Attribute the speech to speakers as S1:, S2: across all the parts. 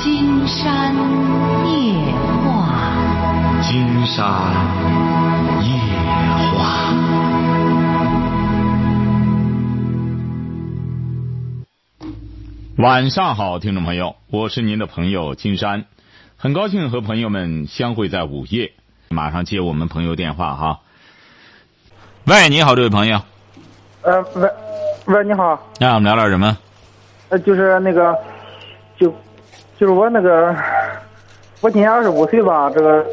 S1: 金山夜话，
S2: 金山夜话。晚上好，听众朋友，我是您的朋友金山，很高兴和朋友们相会在午夜。马上接我们朋友电话哈。喂，你好，这位朋友，
S3: 呃，喂，喂，你好，
S2: 那我们聊点什么？
S3: 呃，就是那个，就，就是我那个，我今年二十五岁吧，这个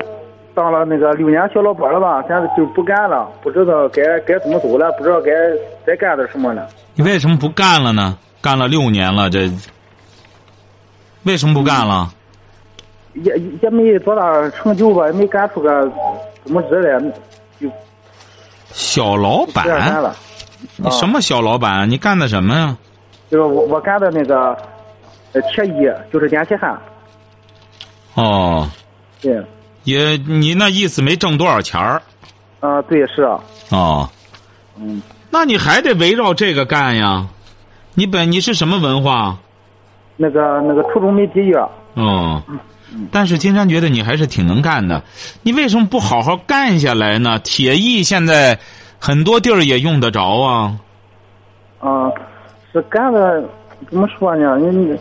S3: 当了那个六年小老板了吧，现在就不干了，不知道该该怎么走了，不知道该该干点什么了。
S2: 你为什么不干了呢？干了六年了，这为什么不干了？
S3: 也也没多大成就吧，也没干出个怎么值来，就
S2: 小老
S3: 不想干
S2: 板，
S3: 了。
S2: 你什么小老板？你干的什么呀？
S3: 就是我我干的那个，呃，铁一就是电气焊，
S2: 哦，
S3: 对，
S2: 也你那意思没挣多少钱儿
S3: 啊、对，是啊，
S2: 哦，
S3: 嗯，
S2: 那你还得围绕这个干呀。你本你是什么文化？
S3: 那个那个初中没毕业，
S2: 哦，但是金山觉得你还是挺能干的，你为什么不好好干下来呢？铁艺现在很多地儿也用得着啊。
S3: 啊，是干的怎么说呢？人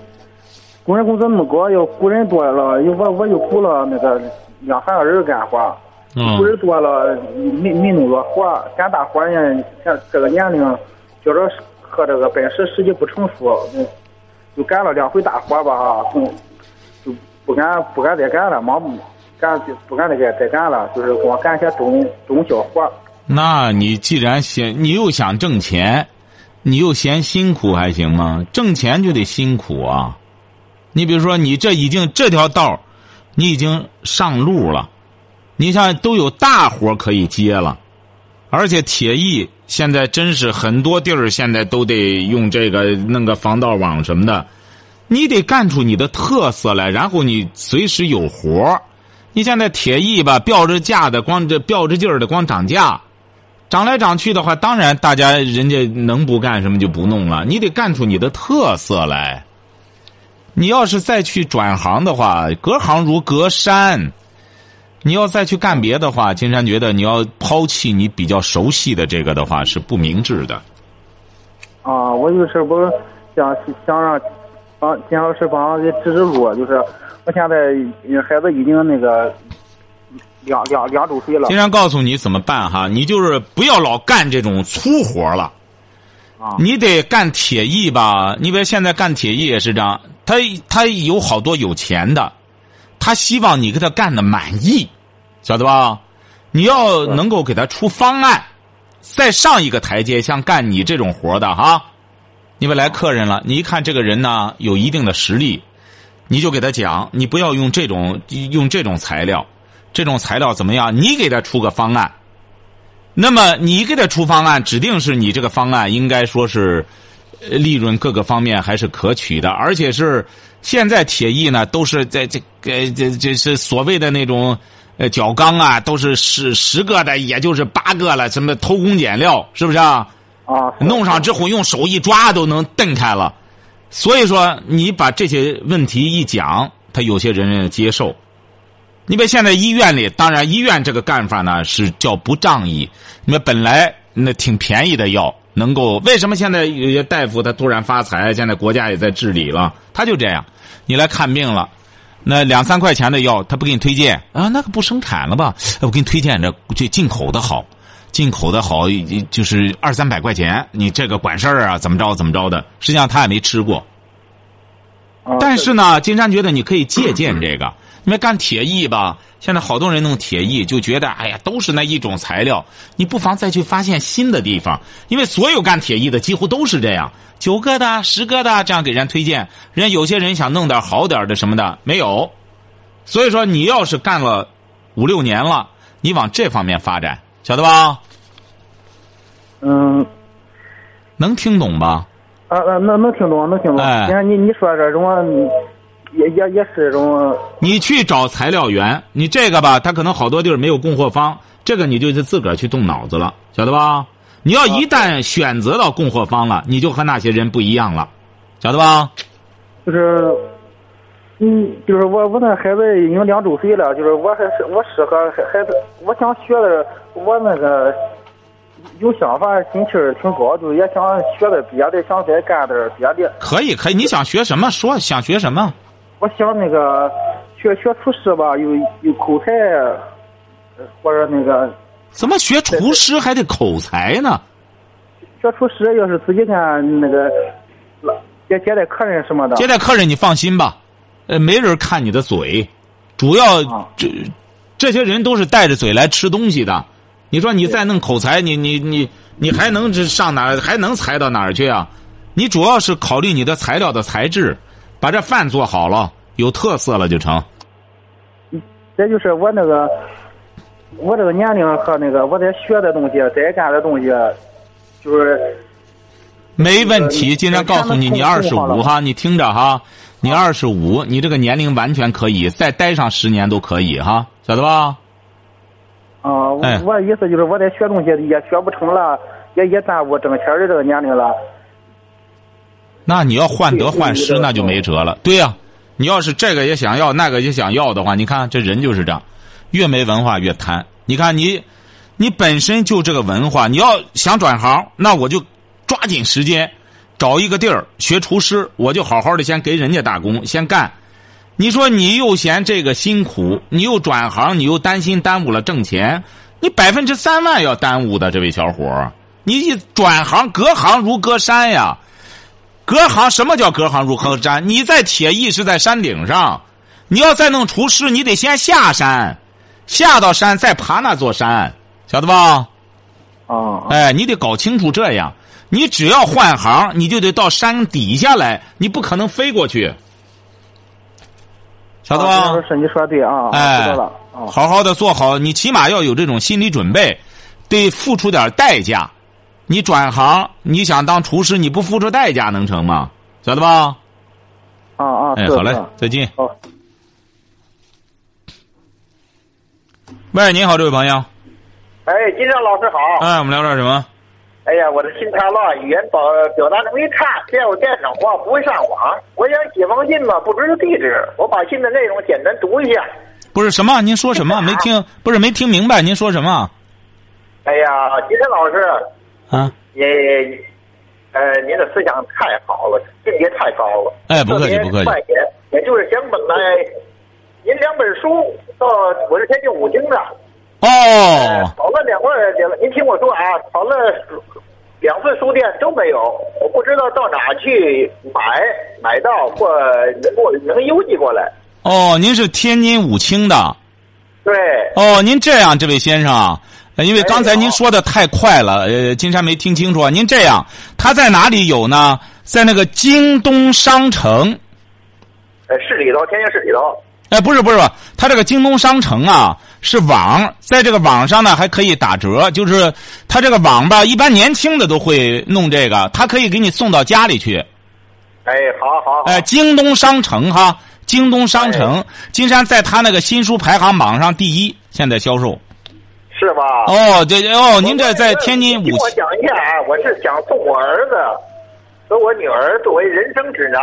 S3: 工人工资没高，要雇人多了，又我我又雇了那个两三个人干活，雇人
S2: 嗯，
S3: 多了没没那么多活儿，干大活儿呢，像这个年龄，觉着和这个本事实际不成熟，嗯就干了两回大活儿吧，啊从就不敢不敢再干了，忙干不敢再再干了，就是光干些中中小活儿。
S2: 那你既然嫌你又想挣钱，你又嫌辛苦还行吗？挣钱就得辛苦啊。你比如说，你这已经这条道儿你已经上路了，你像都有大活儿可以接了，而且铁艺现在真是很多地儿现在都得用这个弄个防盗网什么的，你得干出你的特色来，然后你随时有活儿你像那铁艺吧，吊着价的，光这吊着劲儿的，光涨价，涨来涨去的话，当然大家人家能不干什么就不弄了。你得干出你的特色来。你要是再去转行的话，隔行如隔山。你要再去干别的话，金山觉得你要抛弃你比较熟悉的这个的话是不明智的。
S3: 啊，我就是我想想让帮金老师帮给指指路，啊就是我现在呃孩子已经那个两两两周岁了
S2: 金山告诉你怎么办哈，你就是不要老干这种粗活了。
S3: 啊
S2: 你得干铁艺吧？你别现在干铁艺也是这样，他他有好多有钱的，他希望你给他干的满意，晓得吧？你要能够给他出方案，再上一个台阶，像干你这种活的哈，因为来客人了，你一看这个人呢有一定的实力，你就给他讲，你不要用这种用这种材料，这种材料怎么样？你给他出个方案，那么你给他出方案，指定是你这个方案应该说是呃利润各个方面还是可取的，而且是现在铁艺呢都是在这个这这是所谓的那种呃角钢啊，都是十十个的，也就是八个了，什么偷工减料，是不是啊？
S3: 啊，
S2: 弄上之后用手一抓都能蹬开了。所以说，你把这些问题一讲，他有些人人接受。你别现在医院里，当然医院这个干法呢是叫不仗义。你们本来那挺便宜的药，能够为什么现在有些大夫他突然发财？现在国家也在治理了，他就这样。你来看病了，那两三块钱的药他不给你推荐啊，那个不生产了吧？哎我给你推荐这这进口的好，进口的好一就是二三百块钱，你这个管事儿啊，怎么着怎么着的，实际上他也没吃过。
S3: 啊，
S2: 但是呢，金山觉得你可以借鉴这个。你们干铁艺吧，现在好多人弄铁艺就觉得，哎呀，都是那一种材料。你不妨再去发现新的地方，因为所有干铁艺的几乎都是这样，九个的、十个的这样给人家推荐。人家有些人想弄点好点的什么的，没有。所以说，你要是干了五六年了，你往这方面发展，晓得吧？
S3: 嗯。
S2: 能听懂吧？
S3: 啊啊，能能听懂，能听懂。
S2: 哎
S3: 你看你你说这种啊，也也也是这种
S2: 你去找材料源，你这个吧，他可能好多地儿没有供货方，这个你就得自个儿去动脑子了，晓得吧？你要一旦选择到供货方了，你就和那些人不一样了，晓得吧？
S3: 就是嗯，就是我我那孩子已经两周岁了，就是我还是我适合孩孩子，我想学的，我那个有想法，心气儿挺高，就是也想学点别的，想再干点别的。
S2: 可以，可以，你想学什么？说想学什么？
S3: 我想那个学学厨师吧，有有口才，呃或者那个
S2: 怎么学厨师还得口才呢？
S3: 学厨师，要是自己看那个接接待客人什么的。
S2: 接待客人，你放心吧，呃，没人看你的嘴，主要
S3: 啊
S2: 这这些人都是带着嘴来吃东西的。你说你再弄口才，你你你你还能这上哪儿还能裁到哪儿去啊？你主要是考虑你的材料的材质，把这饭做好了，有特色了就成。
S3: 再就是我那个，我这个年龄和那个我在学的东西，在干的东西，就是
S2: 没问题，今天告诉你，你二十五哈，你听着哈，你二十五，你这个年龄完全可以，再待上十年都可以哈，晓得吧？
S3: 啊、我
S2: 哎
S3: 我的意思就是我在学东西也学不成了，也也耽误挣钱的这个年龄了。
S2: 那你要患得患失，那就没辙了。对呀、你要是这个也想要，那个也想要的话，你看这人就是这样，越没文化越贪。你看你，你本身就这个文化，你要想转行，那我就抓紧时间找一个地儿学厨师，我就好好的先给人家打工，先干。你说你又嫌这个辛苦，你又转行，你又担心耽误了挣钱，你百分之三万要耽误的，这位小伙儿，你一转行，隔行如隔山呀。隔行什么叫隔行如隔山？你在铁艺是在山顶上，你要再弄厨师，你得先下山，下到山再爬那座山，晓得
S3: 哦
S2: 吧？
S3: 啊、
S2: 哎，你得搞清楚这样。你只要换行，你就得到山底下来，你不可能飞过去，晓得吧？
S3: 啊是是，你说对啊，
S2: 哎，
S3: 知道了啊。
S2: 好好的做好，你起码要有这种心理准备，得付出点代价。你转行，你想当厨师，你不付出代价能成吗？晓得吧？
S3: 啊啊，
S2: 哎，
S3: 是
S2: 好嘞
S3: 是，哦
S2: 再见。
S3: 好，
S2: 喂，您好，这位朋友。
S4: 哎，金正老师好。
S2: 哎，我们聊点什么？
S4: 哎呀，我的新材料语言表表达能力差，业务电脑化，不会上网。我想解放军嘛，不知道地址，我把信的内容简单读一下。
S2: 不是什么？您说什么？没听，不是没听明白？您说什么？
S4: 哎呀，金正老师，
S2: 啊？
S4: 你呃，您的思想太好了，境界太高了。
S2: 哎不客气
S4: 特别
S2: 不客气
S4: 快捷也就是想本来您两本书到我是天津五经的，
S2: 哦，
S4: 讨论哎两个两个，您听我说啊，讨论两次书店都没有，我不知道到哪去买，买到或能给我能邮寄过来。
S2: 哦，您是天津武清的。
S4: 对，
S2: 哦，您这样，这位先生啊，呃因为刚才您说的太快了，呃，金山没听清楚啊。您这样，他在哪里有呢？在那个京东商城。
S4: 呃，市里头，天津市里头。
S2: 哎，不是不是，他这个京东商城啊是网，在这个网上呢还可以打折，就是他这个网吧，一般年轻的都会弄这个，他可以给你送到家里去。
S4: 哎，好好好。哎
S2: 哎，京东商城哈，京东商城，金山在他那个新书排行榜上第一，现在销售。
S4: 是吧？
S2: 哦，对哦，
S4: 我，
S2: 您这在天津
S4: 听
S2: 五
S4: 我
S2: 七，
S4: 讲一下啊，我是想送我儿子和我女儿作为人生指南。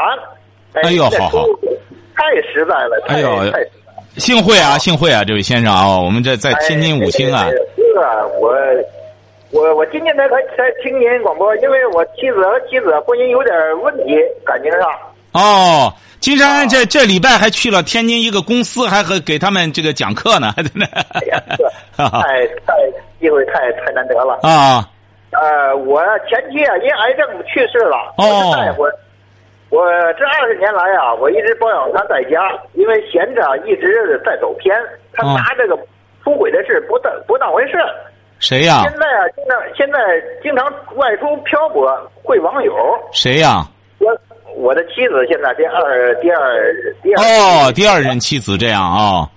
S2: 哎呦
S4: 这
S2: 好好
S4: 书太实在了，太
S2: 哎呦
S4: 太实在了
S2: 幸会啊，幸会啊，这位先生啊，我们这在天津武清啊
S4: 哎。对对对是啊，我我我今年才才听您广播，因为我妻子和妻子婚姻有点问题，感情 上。
S2: 哦，金山这这礼拜还去了天津一个公司，还和给他们这个讲课呢，还 在那。
S4: 哎呀， 这太太机会太太难得了。
S2: 啊，
S4: 呃，我前妻啊因癌症去世了，
S2: 哦
S4: 我是大夫。我这二十年来啊，我一直包养她在家，因为闲着啊一直在走偏，她
S2: 哦
S4: 拿这个出轨的事不当不当回事。
S2: 谁呀、
S4: 现在啊，经常现在经常外出漂泊，会网友。
S2: 谁呀、
S4: 我我的妻子现在第二第二第二
S2: 哦，第二任妻子这样啊、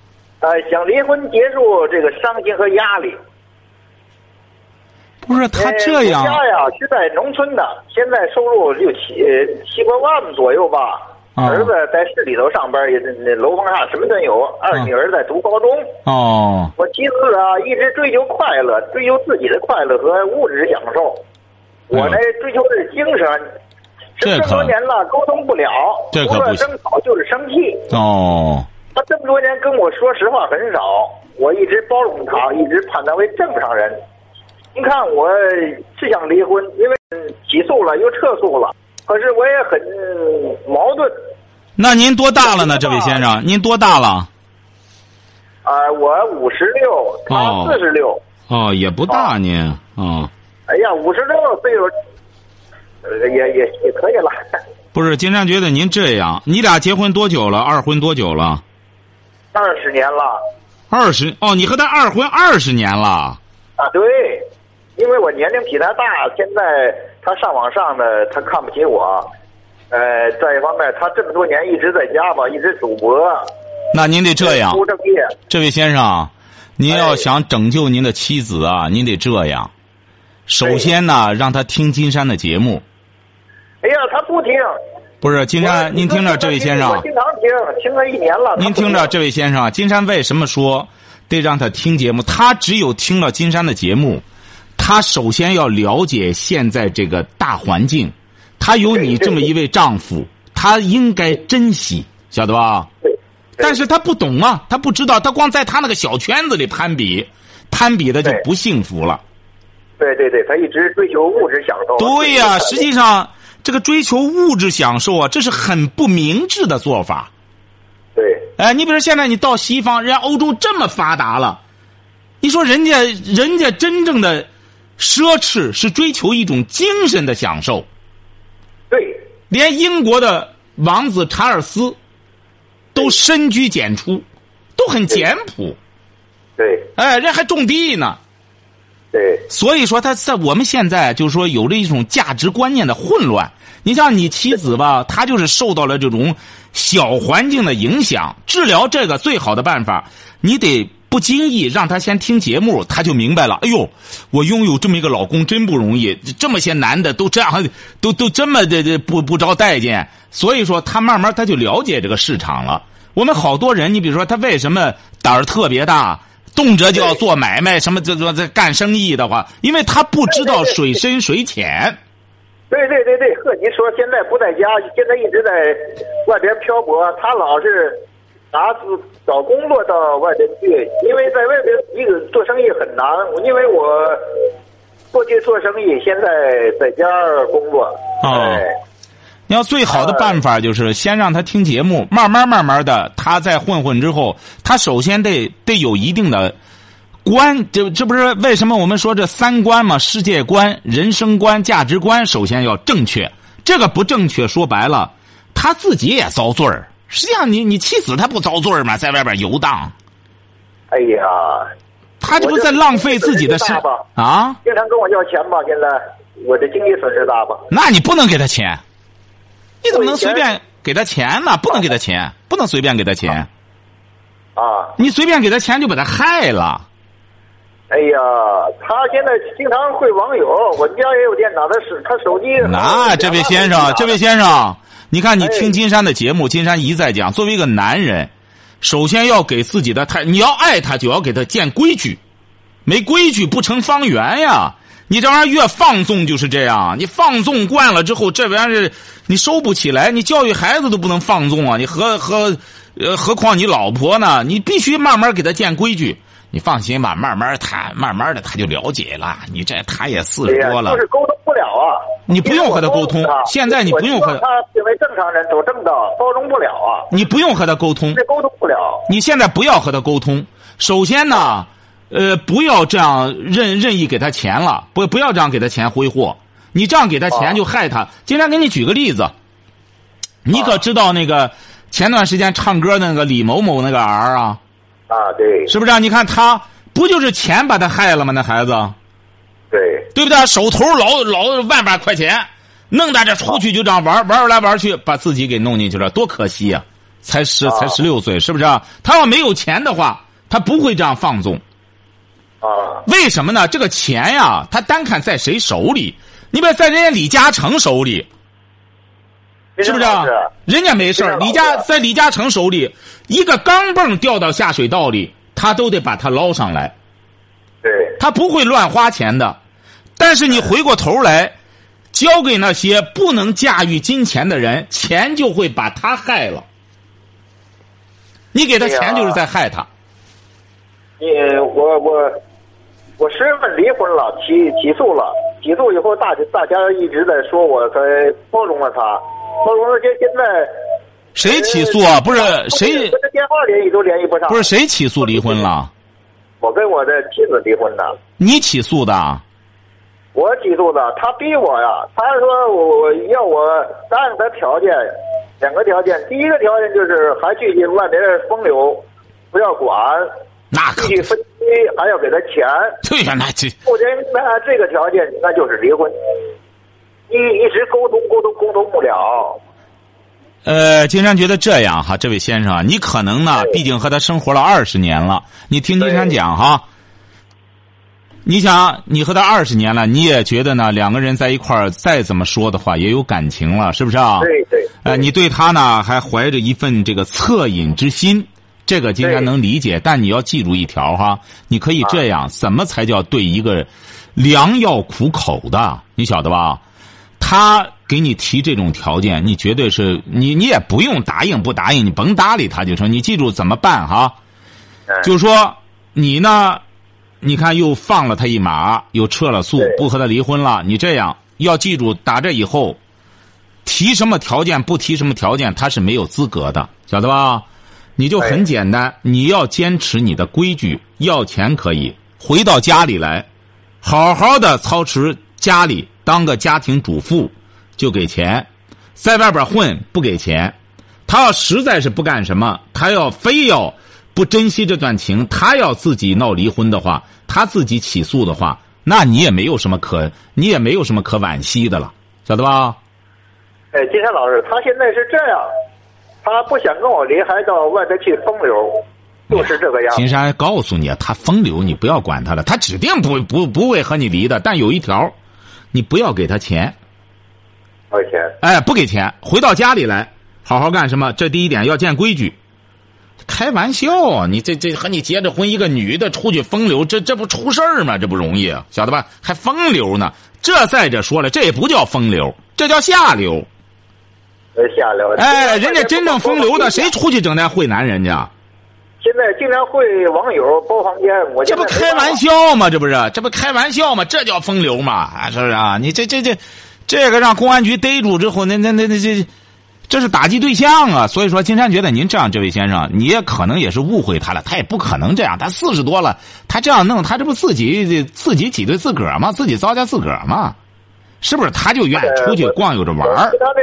S4: 呃，想离婚结束这个伤心和压力。
S2: 不是他这样
S4: 呃我家呀是在农村的，现在收入就七呃七八万左右吧。
S2: 啊
S4: 儿子在市里头上班，也是那楼房上什么都有。二
S2: 啊
S4: 女儿在读高中。
S2: 哦，
S4: 我妻子啊，一直追求快乐，追求自己的快乐和物质享受。我呢，追求的是精神，
S2: 哎这
S4: 这么
S2: 可
S4: 多年了，沟通不了，
S2: 这可
S4: 除
S2: 不
S4: 了
S2: 行
S4: 争吵就是生气。
S2: 哦，
S4: 他这么多年跟我说实话很少，我一直包容他，一直判他为正常人。您看，我是想离婚，因为嗯起诉了又撤诉了，可是我也很嗯矛盾。
S2: 那您多大了呢，这位先生？您多大了？
S4: 啊、我五十六，他
S2: 哦
S4: 四十六。
S2: 哦，也不大呢。哦，
S4: 哎呀，五十六岁数，呃也也也可以了。
S2: 不是，金山觉得您这样，你俩结婚多久了？二婚多久了？
S4: 二十年了
S2: 二十哦，你和他二婚二十年了。
S4: 啊，对，因为我年龄比他大，现在他上网上的他看不起我，呃，再一方面他这么多年一直在家吧，一直赌博，
S2: 那您得这样，
S4: 不务正业，
S2: 这位先生，您要
S4: 哎
S2: 想拯救您的妻子啊，您得这样。首
S4: 对
S2: 先呢，让他听金山的节目。
S4: 哎呀，他不听。
S2: 不是金
S4: 我
S2: 山，您听着，
S4: 我
S2: 这位先生啊
S4: 我，经常听，听了一年了。他
S2: 您
S4: 不
S2: 听着，这位先生，啊金山为什么说得让他听节目？他只有听了金山的节目，他首先要了解现在这个大环境。他有你这么一位丈夫，他应该珍惜，晓得吧？
S4: 对
S2: 但是他不懂啊，他不知道，他光在他那个小圈子里攀比，攀比的就
S4: 对
S2: 不幸福了。
S4: 对对对，他一直追求物质享受。
S2: 对呀、实际上这个追求物质享受啊，这是很不明智的做法。
S4: 对
S2: 哎，你比如现在你到西方，人家欧洲这么发达了，你说人家人家真正的奢侈是追求一种精神的享受，
S4: 对，
S2: 连英国的王子查尔斯都深居简出，都很简朴，
S4: 对
S2: 哎，人还种地呢。
S4: 对
S2: 所以说，他在我们现在就是说有了一种价值观念的混乱。你像你妻子吧，她就是受到了这种小环境的影响。治疗这个最好的办法，你得不经意让她先听节目，她就明白了。哎呦，我拥有这么一个老公真不容易，这么些男的都这样， 都都这么的的不不招待见。所以说，她慢慢她就了解这个市场了。我们好多人，你比如说他为什么胆儿特别大，动辄就要做买卖，什么这这这干生意的话，因为他不知道水深水浅。
S4: 对对对对，呵，您说现在不在家，现在一直在外边漂泊，他老是拿找工作到外边去，因为在外边一个做生意很难，因为我过去做生意，现在在家工作。
S2: 哦
S4: 哎
S2: 你要最好的办法就是先让他听节目，慢慢慢慢的，他再混混之后，他首先得得有一定的观，这这不是为什么我们说这三观嘛？世界观、人生观、价值观，首先要正确。这个不正确，说白了，他自己也遭罪儿。实际上你，你妻子她不遭罪儿吗？在外边游荡，
S4: 哎呀，
S2: 他这不在浪费自己的时
S4: 我就是
S2: 啊？
S4: 经常跟我要钱吧，现在我的经济损失大吧？
S2: 那你不能给他钱，你怎么能
S4: 我以前
S2: 随便给他钱呢？不能给他钱，不能随便给他钱。
S4: 啊，
S2: 你随便给他钱就把他害了。
S4: 哎呀，他现在经常会网友，我们家也有电脑，他手他手机。
S2: 那这位先生，这位先生，你看你
S4: 哎
S2: 听金山的节目，金山一再讲，作为一个男人，首先要给自己的太，你要爱他，就要给他建规矩，没规矩不成方圆呀。你这玩意儿越放纵就是这样，你放纵惯了之后，这玩意儿你收不起来，你教育孩子都不能放纵啊！你何何呃，何况你老婆呢？你必须慢慢给她建规矩。你放心吧，慢慢谈，慢慢的她就了解了。你这她也四
S4: 哎
S2: 十
S4: 呀
S2: 多了
S4: 就，是沟通不了啊。
S2: 你不用和他沟通
S4: 因为我
S2: 现在你不用和
S4: 我希望他作为正常人走正道，沟通不了啊，
S2: 你不用和她沟通
S4: 这。沟通不了。
S2: 你现在不要和他沟通。首先呢，呃，不要这样任任意给他钱了，不不要这样给他钱挥霍。你这样给他钱
S4: 啊
S2: 就害他。经常给你举个例子，你可知道那个前段时间唱歌那个李某某那个儿啊，
S4: 啊，对
S2: 是不是、啊？你看他不就是钱把他害了吗？那孩子，
S4: 对
S2: 对不对？手头老老万把块钱，弄大这出去就这样玩玩来玩去，把自己给弄进去了，多可惜呀、才十才
S4: 啊
S2: 十六岁，是不是、啊？他要没有钱的话，他不会这样放纵。
S4: 啊，
S2: 为什么呢？这个钱呀、他单看在谁手里，你比如在人家李嘉诚手里，是不是、啊
S4: 是？
S2: 人家没事儿
S4: 这是老
S2: 李嘉
S4: 的
S2: 在李嘉诚手里，一个钢镚儿掉到下水道里，他都得把它捞上来。
S4: 对
S2: 他不会乱花钱的。但是你回过头来，交给那些不能驾驭金钱的人，钱就会把他害了。你给他
S4: 对呀
S2: 钱就是在害他。
S4: 你我我我师傅离婚了，起起诉了，起诉以后大家大家一直在说我，才包容了他，包容了这现在呃
S2: 谁起诉啊？不是谁
S4: 我，这电话联系都联系不上，
S2: 不是谁起诉离婚了？
S4: 我跟我的妻子离婚的。
S2: 你起诉的啊？
S4: 我起诉的，他逼我呀，他说我我要我答应他条件，两个条件，第一个条件就是还继续外边风流，不要管，
S2: 那可
S4: 继续分期，还要给他钱。
S2: 对呀、那这
S4: 不然那这个条件，那就是离婚。一一直沟通沟通沟通不了，
S2: 呃，金山觉得这样哈，这位先生啊，你可能呢，
S4: 对
S2: 毕竟和他生活了二十年了，你听金山
S4: 对
S2: 讲哈。你想，你和他二十年了，你也觉得呢，两个人在一块儿，再怎么说的话，也有感情了，是不是啊？
S4: 对对。
S2: 呃，你对他呢还怀着一份这个恻隐之心，这个金山
S4: 对
S2: 能理解，但你要记住一条哈，你可以这样，怎么才叫对一个良药苦口的？你晓得吧？他给你提这种条件，你绝对是你你也不用答应不答应，你甭搭理他就成。你记住怎么办哈？
S4: 嗯
S2: 就说你呢，你看又放了他一马，又撤了诉
S4: 对，
S2: 不和他离婚了。你这样要记住，打这以后，提什么条件不提什么条件，他是没有资格的，晓得吧？你就很
S4: 对
S2: 简单，你要坚持你的规矩，要钱可以，回到家里来，好好的操持家里，当个家庭主妇，就给钱，在外边混不给钱，他要实在是不干什么，他要非要不珍惜这段情，他要自己闹离婚的话，他自己起诉的话，那你也没有什么可，你也没有什么可惋惜的了，晓得吧？
S4: 哎，金山老师，他现在是这样，他不想跟我离，还到外边去风流，就是这个样子。
S2: 金山告诉你，他风流，你不要管他了，他指定不不不会和你离的。但有一条，你不要给他钱，
S4: 而且，
S2: 哎，不给钱，回到家里来，好好干什么？这第一点要见规矩。开玩笑，啊你这这和你结着婚一个女的出去风流，这这不出事儿吗？这不容易，啊晓得吧？还风流呢？这再者说了，这也不叫风流，这叫下流。
S4: 呃，下流。
S2: 哎，人家真正风流的，谁出去整天会男人家？
S4: 现在经常会网友包房间，我
S2: 这
S4: 现
S2: 不
S4: 在
S2: 开玩笑吗？这不是，这不开玩笑吗？这叫风流吗？啊，是不是啊？你这这这，这个让公安局逮住之后，那那那那这，这是打击对象啊！所以说，金山觉得您这样，这位先生，你也可能也是误会他了，他也不可能这样，他四十多了，他这样弄，他这不自己自己挤兑自个儿吗？自己糟践自个儿吗？是不是？他就愿意出去逛悠着玩
S4: 我
S2: 儿
S4: 跟。他那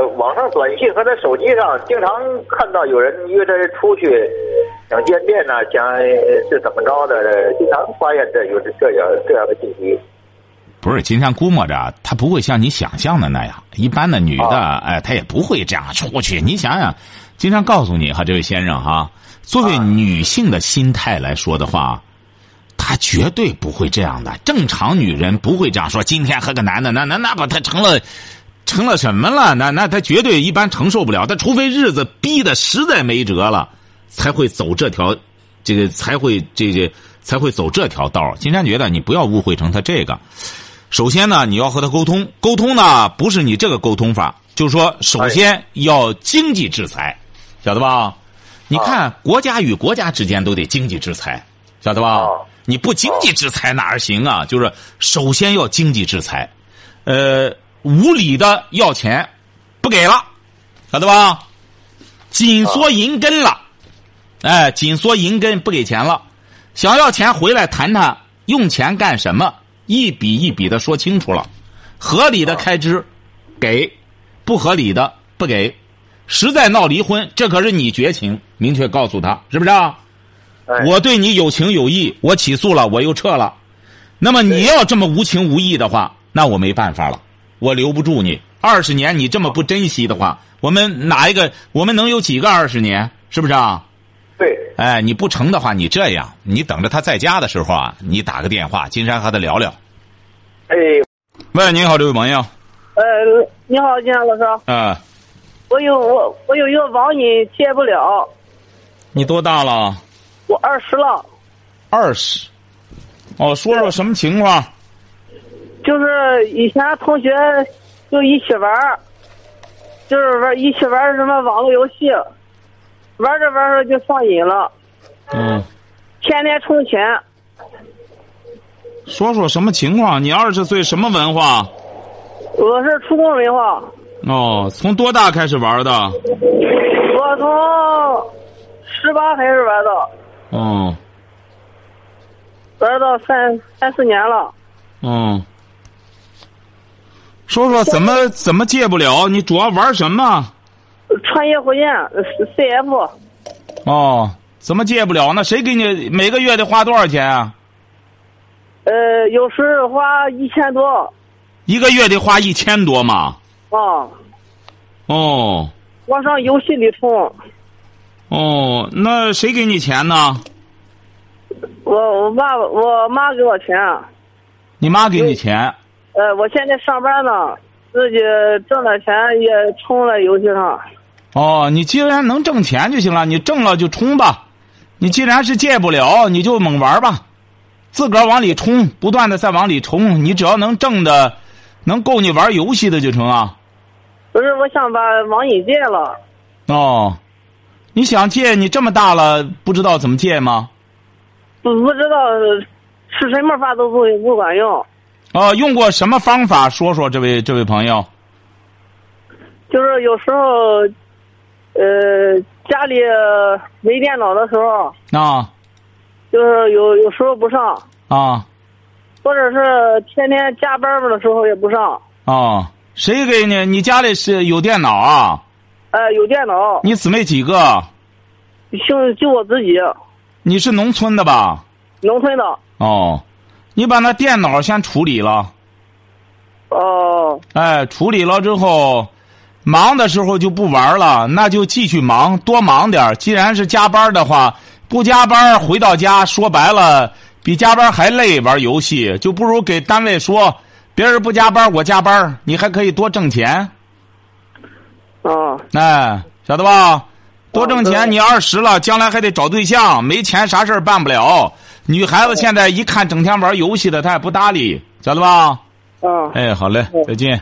S4: 个网上短信和他手机上，经常看到有人约他出去，想见面呐、想呃是怎么着的，呃经常发现这有这这样这样的信息。
S2: 不是金山估摸着，她不会像你想象的那样。一般的女的，
S4: 啊
S2: 哎，她也不会这样出去。你想想，金山告诉你哈，这位先生哈，作为
S4: 啊
S2: 女性的心态来说的话，她绝对不会这样的。正常女人不会这样说。今天和个男的，那那那把她成了。成了什么了？那那她绝对一般承受不了。她除非日子逼得实在没辙了，才会走这条这个才会这这才会走这条道儿金山觉得你不要误会成他这个。首先呢，你要和他沟通，沟通呢不是你这个沟通法，就是说，首先要经济制裁，晓得吧？你看国家与国家之间都得经济制裁，晓得吧
S4: 啊？
S2: 你不经济制裁哪儿行啊？就是首先要经济制裁，呃，无理的要钱不给了，晓得吧？紧缩银根了。哎，紧缩银根不给钱了，想要钱回来谈谈用钱干什么，一笔一笔的说清楚了。合理的开支给，不合理的不给。实在闹离婚，这可是你绝情，明确告诉他，是不是啊？
S4: 哎、
S2: 我对你有情有义，我起诉了，我又撤了。那么你要这么无情无义的话，那我没办法了，我留不住你。二十年你这么不珍惜的话，我们哪一个我们能有几个二十年？是不是啊？
S4: 对
S2: 哎，你不成的话，你这样，你等着他在家的时候啊，你打个电话，金山和他聊聊。
S4: 哎，
S2: 喂，您好，这位朋友，
S5: 呃，你好，金山老师，
S2: 啊，
S5: 我有我我有一个网瘾戒不了，
S2: 你多大了？
S5: 我二十了，
S2: 二十。哦，说说什么情况？
S5: 就是以前同学就一起玩儿，就是玩一起玩儿什么网络游戏，玩着玩着就上瘾了，
S2: 嗯，
S5: 天天充钱。
S2: 说说什么情况？你二十岁什么文化？
S5: 我是初中文化，
S2: 哦，从多大开始玩的？
S5: 我从十八开始玩的，
S2: 哦，
S5: 玩到三三四年了。
S2: 哦，说说怎么怎么戒不了？你主要玩什么？
S5: 穿越火箭呃 CF，
S2: 哦，怎么戒不了呢？谁给你每个月得花多少钱啊？
S5: 呃，有时花一千多，
S2: 一个月得花一千多嘛？
S5: 啊，
S2: 哦
S5: 往上游戏里充。
S2: 哦，那谁给你钱呢？
S5: 我我爸我妈给我钱，
S2: 你妈给你钱。
S5: 呃，我现在上班呢，自己挣点钱也充了游戏上。
S2: 哦，你既然能挣钱就行了，你挣了就充吧。你既然是戒不了，你就猛玩吧，自个儿往里冲，不断的再往里冲。你只要能挣的，能够你玩游戏的就成啊。
S5: 不是，我想把网瘾戒了，
S2: 哦，你想戒，你这么大了不知道怎么戒吗？
S5: 不不知道是什么法都不不管用，
S2: 哦，用过什么方法？说说这位这位朋友。
S5: 就是有时候，呃，家里没电脑的时候，
S2: 啊
S5: 就是有有时候不上，
S2: 啊
S5: 或者是天天加班的时候也不上。
S2: 啊！谁给你？你家里是有电脑啊？
S5: 呃，有电脑，
S2: 你姊妹几个？
S5: 就就我自己，
S2: 你是农村的吧？
S5: 农村的。
S2: 哦，你把那电脑先处理了，
S5: 哦、
S2: 哎，处理了之后，忙的时候就不玩了，那就继续忙，多忙点儿既然是加班的话，不加班儿回到家，说白了比加班还累，玩游戏就不如给单位说，别人不加班我加班儿，你还可以多挣钱，
S5: 哦，
S2: 哎，晓得吧？多挣
S5: 哦对
S2: 钱，你二十了，将来还得找对象，没钱啥事儿办不了。女孩子现在一看整天玩游戏的，她也不搭理，晓得吧？
S5: 嗯，
S2: 哎，好嘞，再见。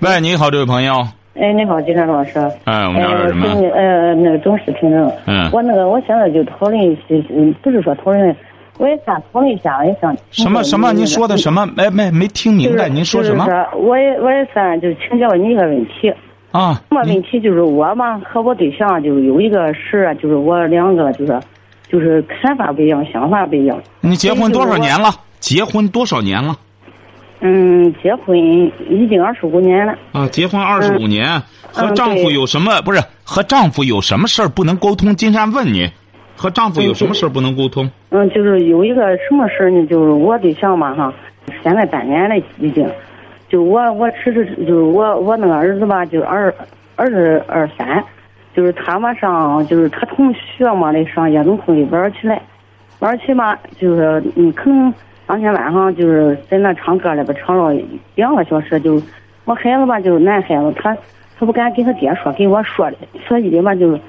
S2: 喂，你好，这位朋友。
S6: 哎，你好，金山老师。
S2: 哎，我
S6: 我
S2: 们聊点什
S6: 是
S2: 么？
S6: 呃，那个忠实听众。
S2: 嗯
S6: 我那个，我现在就讨论一些，嗯，不是说讨论，我也想讨论一下，也想听
S2: 什么
S6: 听
S2: 什么？
S6: 嗯你
S2: 您
S6: 那个
S2: 说的什么？哎，没没听
S6: 就是
S2: 明白，您说什么
S6: 就是说我也我也算就是请教你一个问题。
S2: 啊？
S6: 什么
S2: 您
S6: 问题？就是我嘛和我对象啊就是有一个事啊，就是我两个就是就是看法不一样，想法不一样。
S2: 你结婚
S6: 就是
S2: 多少
S6: 我
S2: 年了？结婚多少年了？
S6: 嗯，结婚已经二十五年了。
S2: 啊，结婚二十五年，和
S6: 嗯
S2: 丈夫
S6: 对
S2: 有什么不是？和丈夫有什么事儿不能沟通？金山问你，和丈夫有什么事儿不能沟通？
S6: 嗯，就是有一个什么事儿呢？就是我对象嘛哈，现在半年了已经，就我我侄子就是我我那个儿子吧，就二二十二三，就是他嘛上就是他同学嘛来上夜总会玩儿去了，玩儿去嘛就是嗯可能当天晚上就是在那唱歌里边唱了两个小时，就我孩子吧就是男孩子，他他不敢跟他爹说，跟我说的，所以吧就是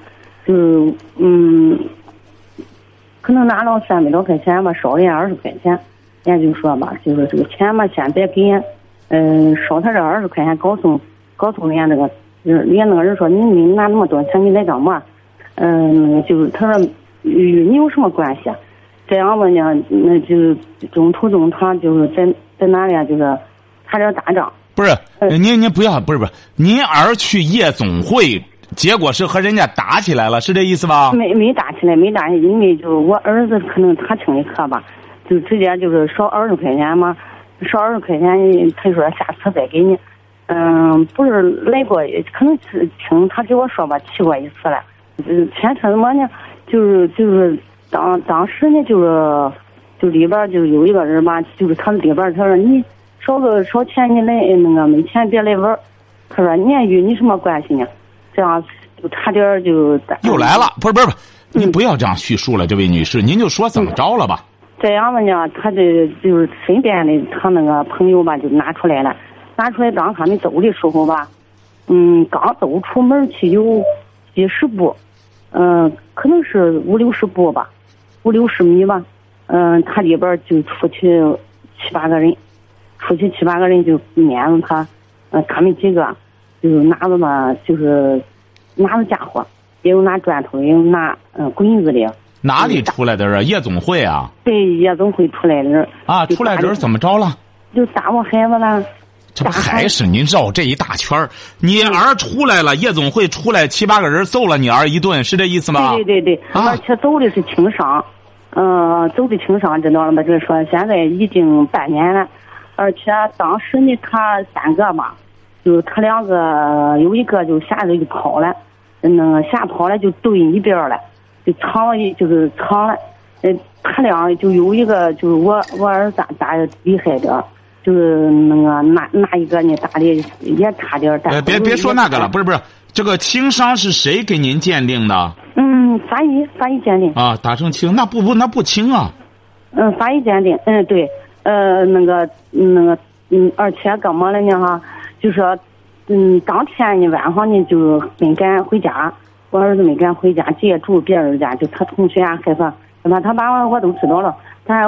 S6: 就是嗯。可能拿了三百多块钱吧，少人家二十块钱，人家就说吧，就说这个钱嘛，先别给人，嗯、少他这二十块钱，告诉告诉人家那个，人家那个人说你你拿那么多钱，你来干嘛？嗯，就是他说与你有什么关系啊？这样吧呢，那就中途中他就是在在哪里啊？就是他这打仗，
S2: 不是，
S6: 嗯
S2: 呃您您不要，不是不是，您儿去夜总会，结果是和人家打起来了，是这意思吧？
S6: 没没打起来，没打，因为就是我儿子可能他请的客吧，就直接就是少二十块钱嘛，少二十块钱，他说下次再给你。嗯，不是来过，可能是请他给我说吧，去过一次了。嗯，前车怎么呢？就是就是当当时呢，就是就里边就有一个人吧，就是他里边他说你少个少钱你来那个没钱别来玩儿，他说你也与你什么关系呢？这样就差点儿就
S2: 又来了，
S6: 嗯
S2: 不是不是不是，您不要这样叙述了，这位女士，您就说怎么着了吧？
S6: 这样子呢，他的就是身边的他那个朋友吧，就拿出来了，拿出来当他们走的时候吧，嗯，刚走出门去有呃几十步，嗯、可能是五六十步吧，五六十米吧，嗯，他里边儿就出去七八个人，出去七八个人就撵着他，呃，他们几个就拿着嘛，就是拿着家伙，也有拿砖头，也有拿嗯棍子的，
S2: 哪里出来的人？夜总会啊？
S6: 对，夜总会出来的人
S2: 啊，
S6: 就
S2: 出来
S6: 打
S2: 人
S6: 你
S2: 怎么着了？
S6: 就打我孩子了，
S2: 这不还是您绕这一大圈儿？你儿出来了，夜总会出来七八个人揍了你儿一顿，是这意思吗？
S6: 对对对对，
S2: 啊
S6: 而且走的是轻伤，嗯，走的轻伤，知道了吗？就是说现在已经半年了，而且当时呢，他三个嘛，就他两个有一个就吓得就跑了，嗯，吓跑了就蹲一边儿了，就藏了一就是藏了，呃，他俩就有一个就是我我儿子打的厉害点儿就是那个那那一个呢打的也差点儿，但
S2: 呃，别别说那个了，不是
S6: 是，
S2: 不是，这个轻伤是谁给您鉴定的
S6: 嗯，法医法医鉴定。
S2: 啊？打成轻，那不不那不轻啊！
S6: 嗯，法医鉴定，嗯，对，呃，那个，那个，嗯，而且干嘛了呢？哈，就说，嗯，当天呢晚上呢就没敢回家，我儿子没敢回家，借住别人家，就他同学啊害怕，他妈他啊爸我都知道了，他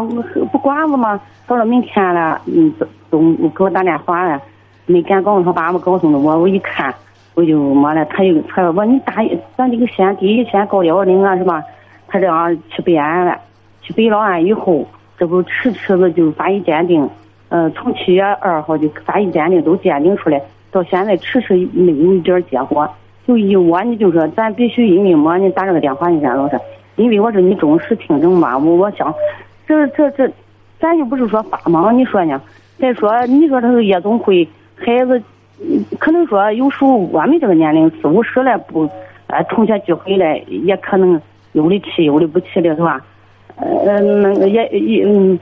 S6: 不管我嘛，到了明天了，嗯，总给我打电话了，没敢告诉他爸，我告诉了我，我一看。我就没了，他又他说我你打咱这个县第一县高幺二零啊是吧？他这样去北安了，去北老安以后，这不迟迟的就法医鉴定，呃，从七月二号就法医鉴定都鉴定出来，到现在迟迟没有一点结果。就依我呢，就说咱必须因为么呢打这个电话你咱老师，因为我说你忠实听众吧，我我想，这这这，咱又不是说帮忙，你说呢？再说你说他是夜总会孩子，嗯可能说有时候我们这个年龄四五十了不，呃，同学聚会了也可能有的去有的不去的是吧？呃，那个也也嗯，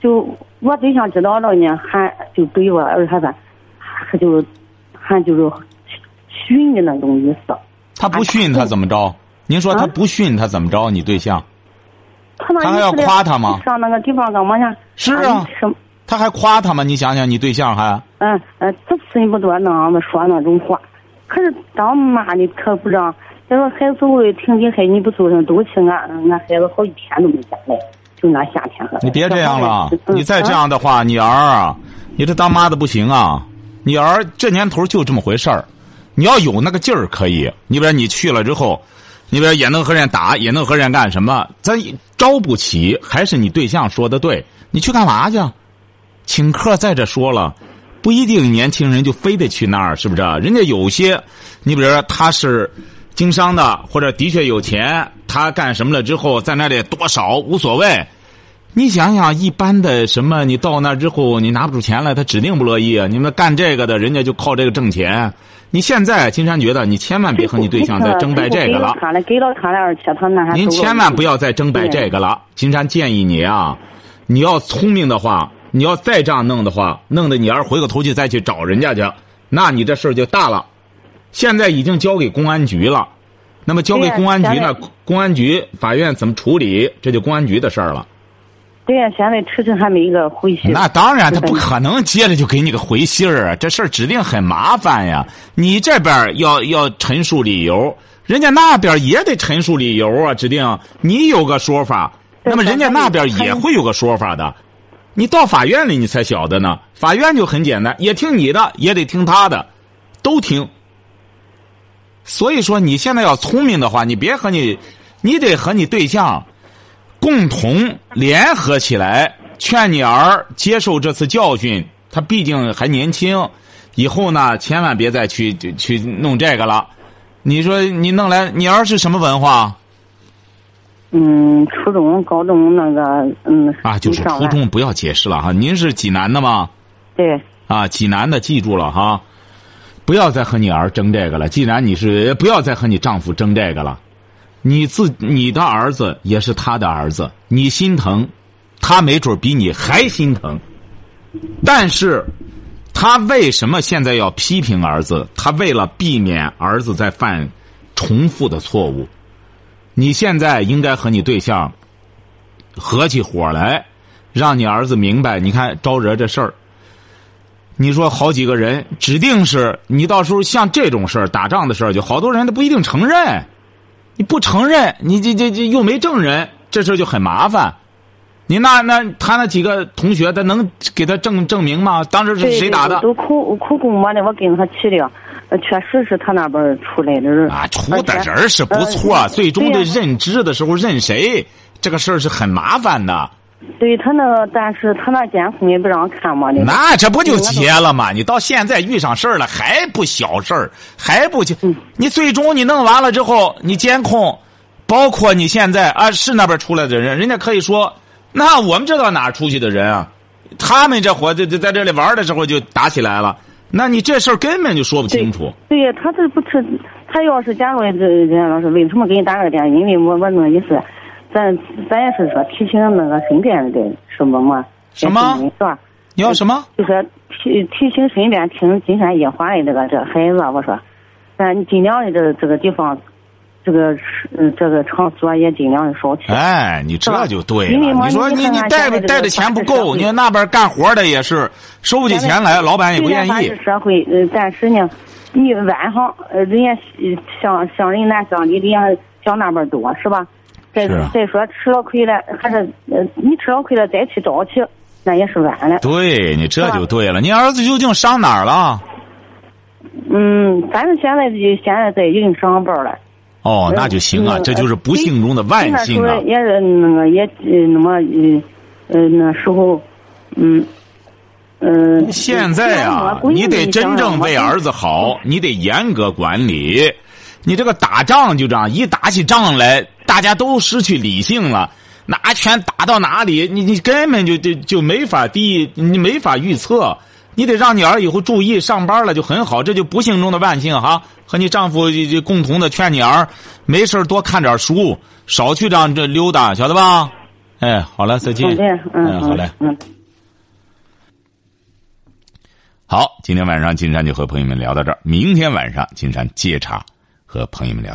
S6: 就我对象知道了呢，还就对我儿子，还就还就是寻的那种意思。
S2: 他不训他怎么着？您说他
S6: 啊
S2: 不训他怎么着？你对象
S6: 他那
S2: 他还要
S6: 意思嘞
S2: 夸他吗
S6: 上那个地方干嘛去？
S2: 是啊
S6: 哎什么？
S2: 他还夸他吗？你想想，你对象还
S6: 嗯呃，这分不得那样子说那种话。可是当妈的可不让，再说孩子我也挺厉害，你不走上都去，啊嗯俺俺孩子好几天都没下来，就俺夏天和。
S2: 你别这样了，啊
S6: 嗯
S2: 你再这，样的话，你儿啊，你这当妈的不行啊！你儿这年头就这么回事儿，你要有那个劲儿可以。你比如你去了之后，你比如也能和人家打，也能和人家干什么，咱招不起。还是你对象说的对，你去干嘛去啊？请客在这说了，不一定年轻人就非得去那儿，是不是啊？人家有些，你比如说他是经商的，或者的确有钱，他干什么了之后，在那里多少无所谓。你想想，一般的什么，你到那之后，你拿不出钱来，他指定不乐意。啊你们干这个的，人家就靠这个挣钱。你现在金山觉得，你千万别和你对象 再争掰这个了
S6: 给。他了，给了他了，而且他那还
S2: 您
S6: 走了
S2: 千万不要再争摆
S6: 对
S2: 这个了。金山建议你啊，你要聪明的话，你要再这样弄的话，弄得你要是回过头去再去找人家去，那你这事儿就大了。现在已经交给公安局了，那么交给
S6: 对呀
S2: 公安局
S6: 现
S2: 呢
S6: 在？
S2: 公安局、法院怎么处理？这就公安局的事儿了。
S6: 对呀，现在迟迟还没一个回信。
S2: 那当然，他不可能接着就给你个回信儿啊！这事儿指定很麻烦呀。你这边儿要要陈述理由，人家那边儿也得陈述理由啊，指定你有个说法，
S6: 对
S2: 那么人家那边儿
S6: 他
S2: 也
S6: 有
S2: 会有个说法的。你到法院里你才晓得呢，法院就很简单，也听你的，也得听他的，都听。所以说，你现在要聪明的话，你别和你，你得和你对象共同联合起来，劝你儿接受这次教训。他毕竟还年轻，以后呢，千万别再去去去弄这个了。你说你弄来，你儿是什么文化
S6: 嗯，初中、高中那个嗯
S2: 啊？就是
S6: 上
S2: 初
S6: 完
S2: 中，不要解释了哈。您是济南的吗？
S6: 对
S2: 啊，济南的，记住了哈，不要再和你儿争这个了。既然你是，不要再和你丈夫争这个了。你自你的儿子也是他的儿子，你心疼，他没准比你还心疼。但是，他为什么现在要批评儿子？他为了避免儿子再犯重复的错误。你现在应该和你对象合起伙来，让你儿子明白，你看招惹这事儿，你说好几个人，指定是你到时候像这种事儿打仗的事儿，就好多人他不一定承认，你不承认，你这这这又没证人，这事儿就很麻烦。你那那他那几个同学，他能给他证证明吗？当时是
S6: 对
S2: 谁打的
S6: 对？都口口供我的，我跟他去的，呃确实是他那边儿出来的 人
S2: 啊，出
S6: 而
S2: 的
S6: 且
S2: 人是不
S6: 呃
S2: 错，最终的
S6: 对呀
S2: 认知的时候认谁，这个事儿是很麻烦的。
S6: 对他那，但是他那监控也不让看嘛的。
S2: 那这不就
S6: 对我懂
S2: 结了吗？你到现在遇上事儿了，还不小事儿，还不结
S6: 嗯？
S2: 你最终你弄完了之后，你监控，包括你现在啊是那边出来的人，人家可以说，那我们这到哪儿出去的人啊？他们这伙在在在这里玩的时候就打起来了，那你这事儿根本就说不清楚。
S6: 对呀，他这不是他要是假如这人老师为什么给你打个电？因为我我那意思，咱咱也是说提醒那个身边人的什么嘛，
S2: 什么
S6: 也是吧？
S2: 你要什么？
S6: 就说提提醒身边听金山夜话的这个这孩子，啊我说，咱尽量的这这个地方，这个嗯这个场所也尽量的少去。
S2: 哎，你这就对
S6: 因为
S2: 了。
S6: 我
S2: 你说你
S6: 你看
S2: 你
S6: 看
S2: 带
S6: 现在这个
S2: 带的钱不
S6: 法治社
S2: 够，
S6: 会
S2: 你看那边干活的也是收不起钱来，老板也不
S6: 虽然
S2: 愿
S6: 法
S2: 意
S6: 治。社会，呃，但是呢，你晚上呃人家呃想想人南想你，人家想那边多是吧？再
S2: 是啊
S6: 再说吃了亏了，还是呃你吃了亏了再去找去，那也是晚了。
S2: 对你这
S6: 是吧
S2: 就对了，你儿子究竟上哪儿了？
S6: 嗯，反正现在就现在在已经上班了。
S2: 哦，
S6: 嗯
S2: 那就行啊，
S6: 嗯
S2: 这就是不幸中的万幸啊
S6: 那时候！也是那个也呃那么呃呃那时候，嗯嗯、呃。
S2: 现在啊，你得真正为儿
S6: 子。
S2: 子好，你得严格管理。你这个打仗就这样，一打起仗来，大家都失去理性了，拿拳打到哪里，你你根本就就就没法第一，你没法预测。你得让你儿以后注意上班了就很好，这就不幸中的万幸哈。和你丈夫就就共同的劝你儿，没事儿多看点书，少去这样这溜达，晓得吧？哎，好了，再见。
S6: 嗯，对，嗯，
S2: 好嘞。
S6: 嗯。
S2: 好，今天晚上金山就和朋友们聊到这儿，明天晚上金山接茬和朋友们聊。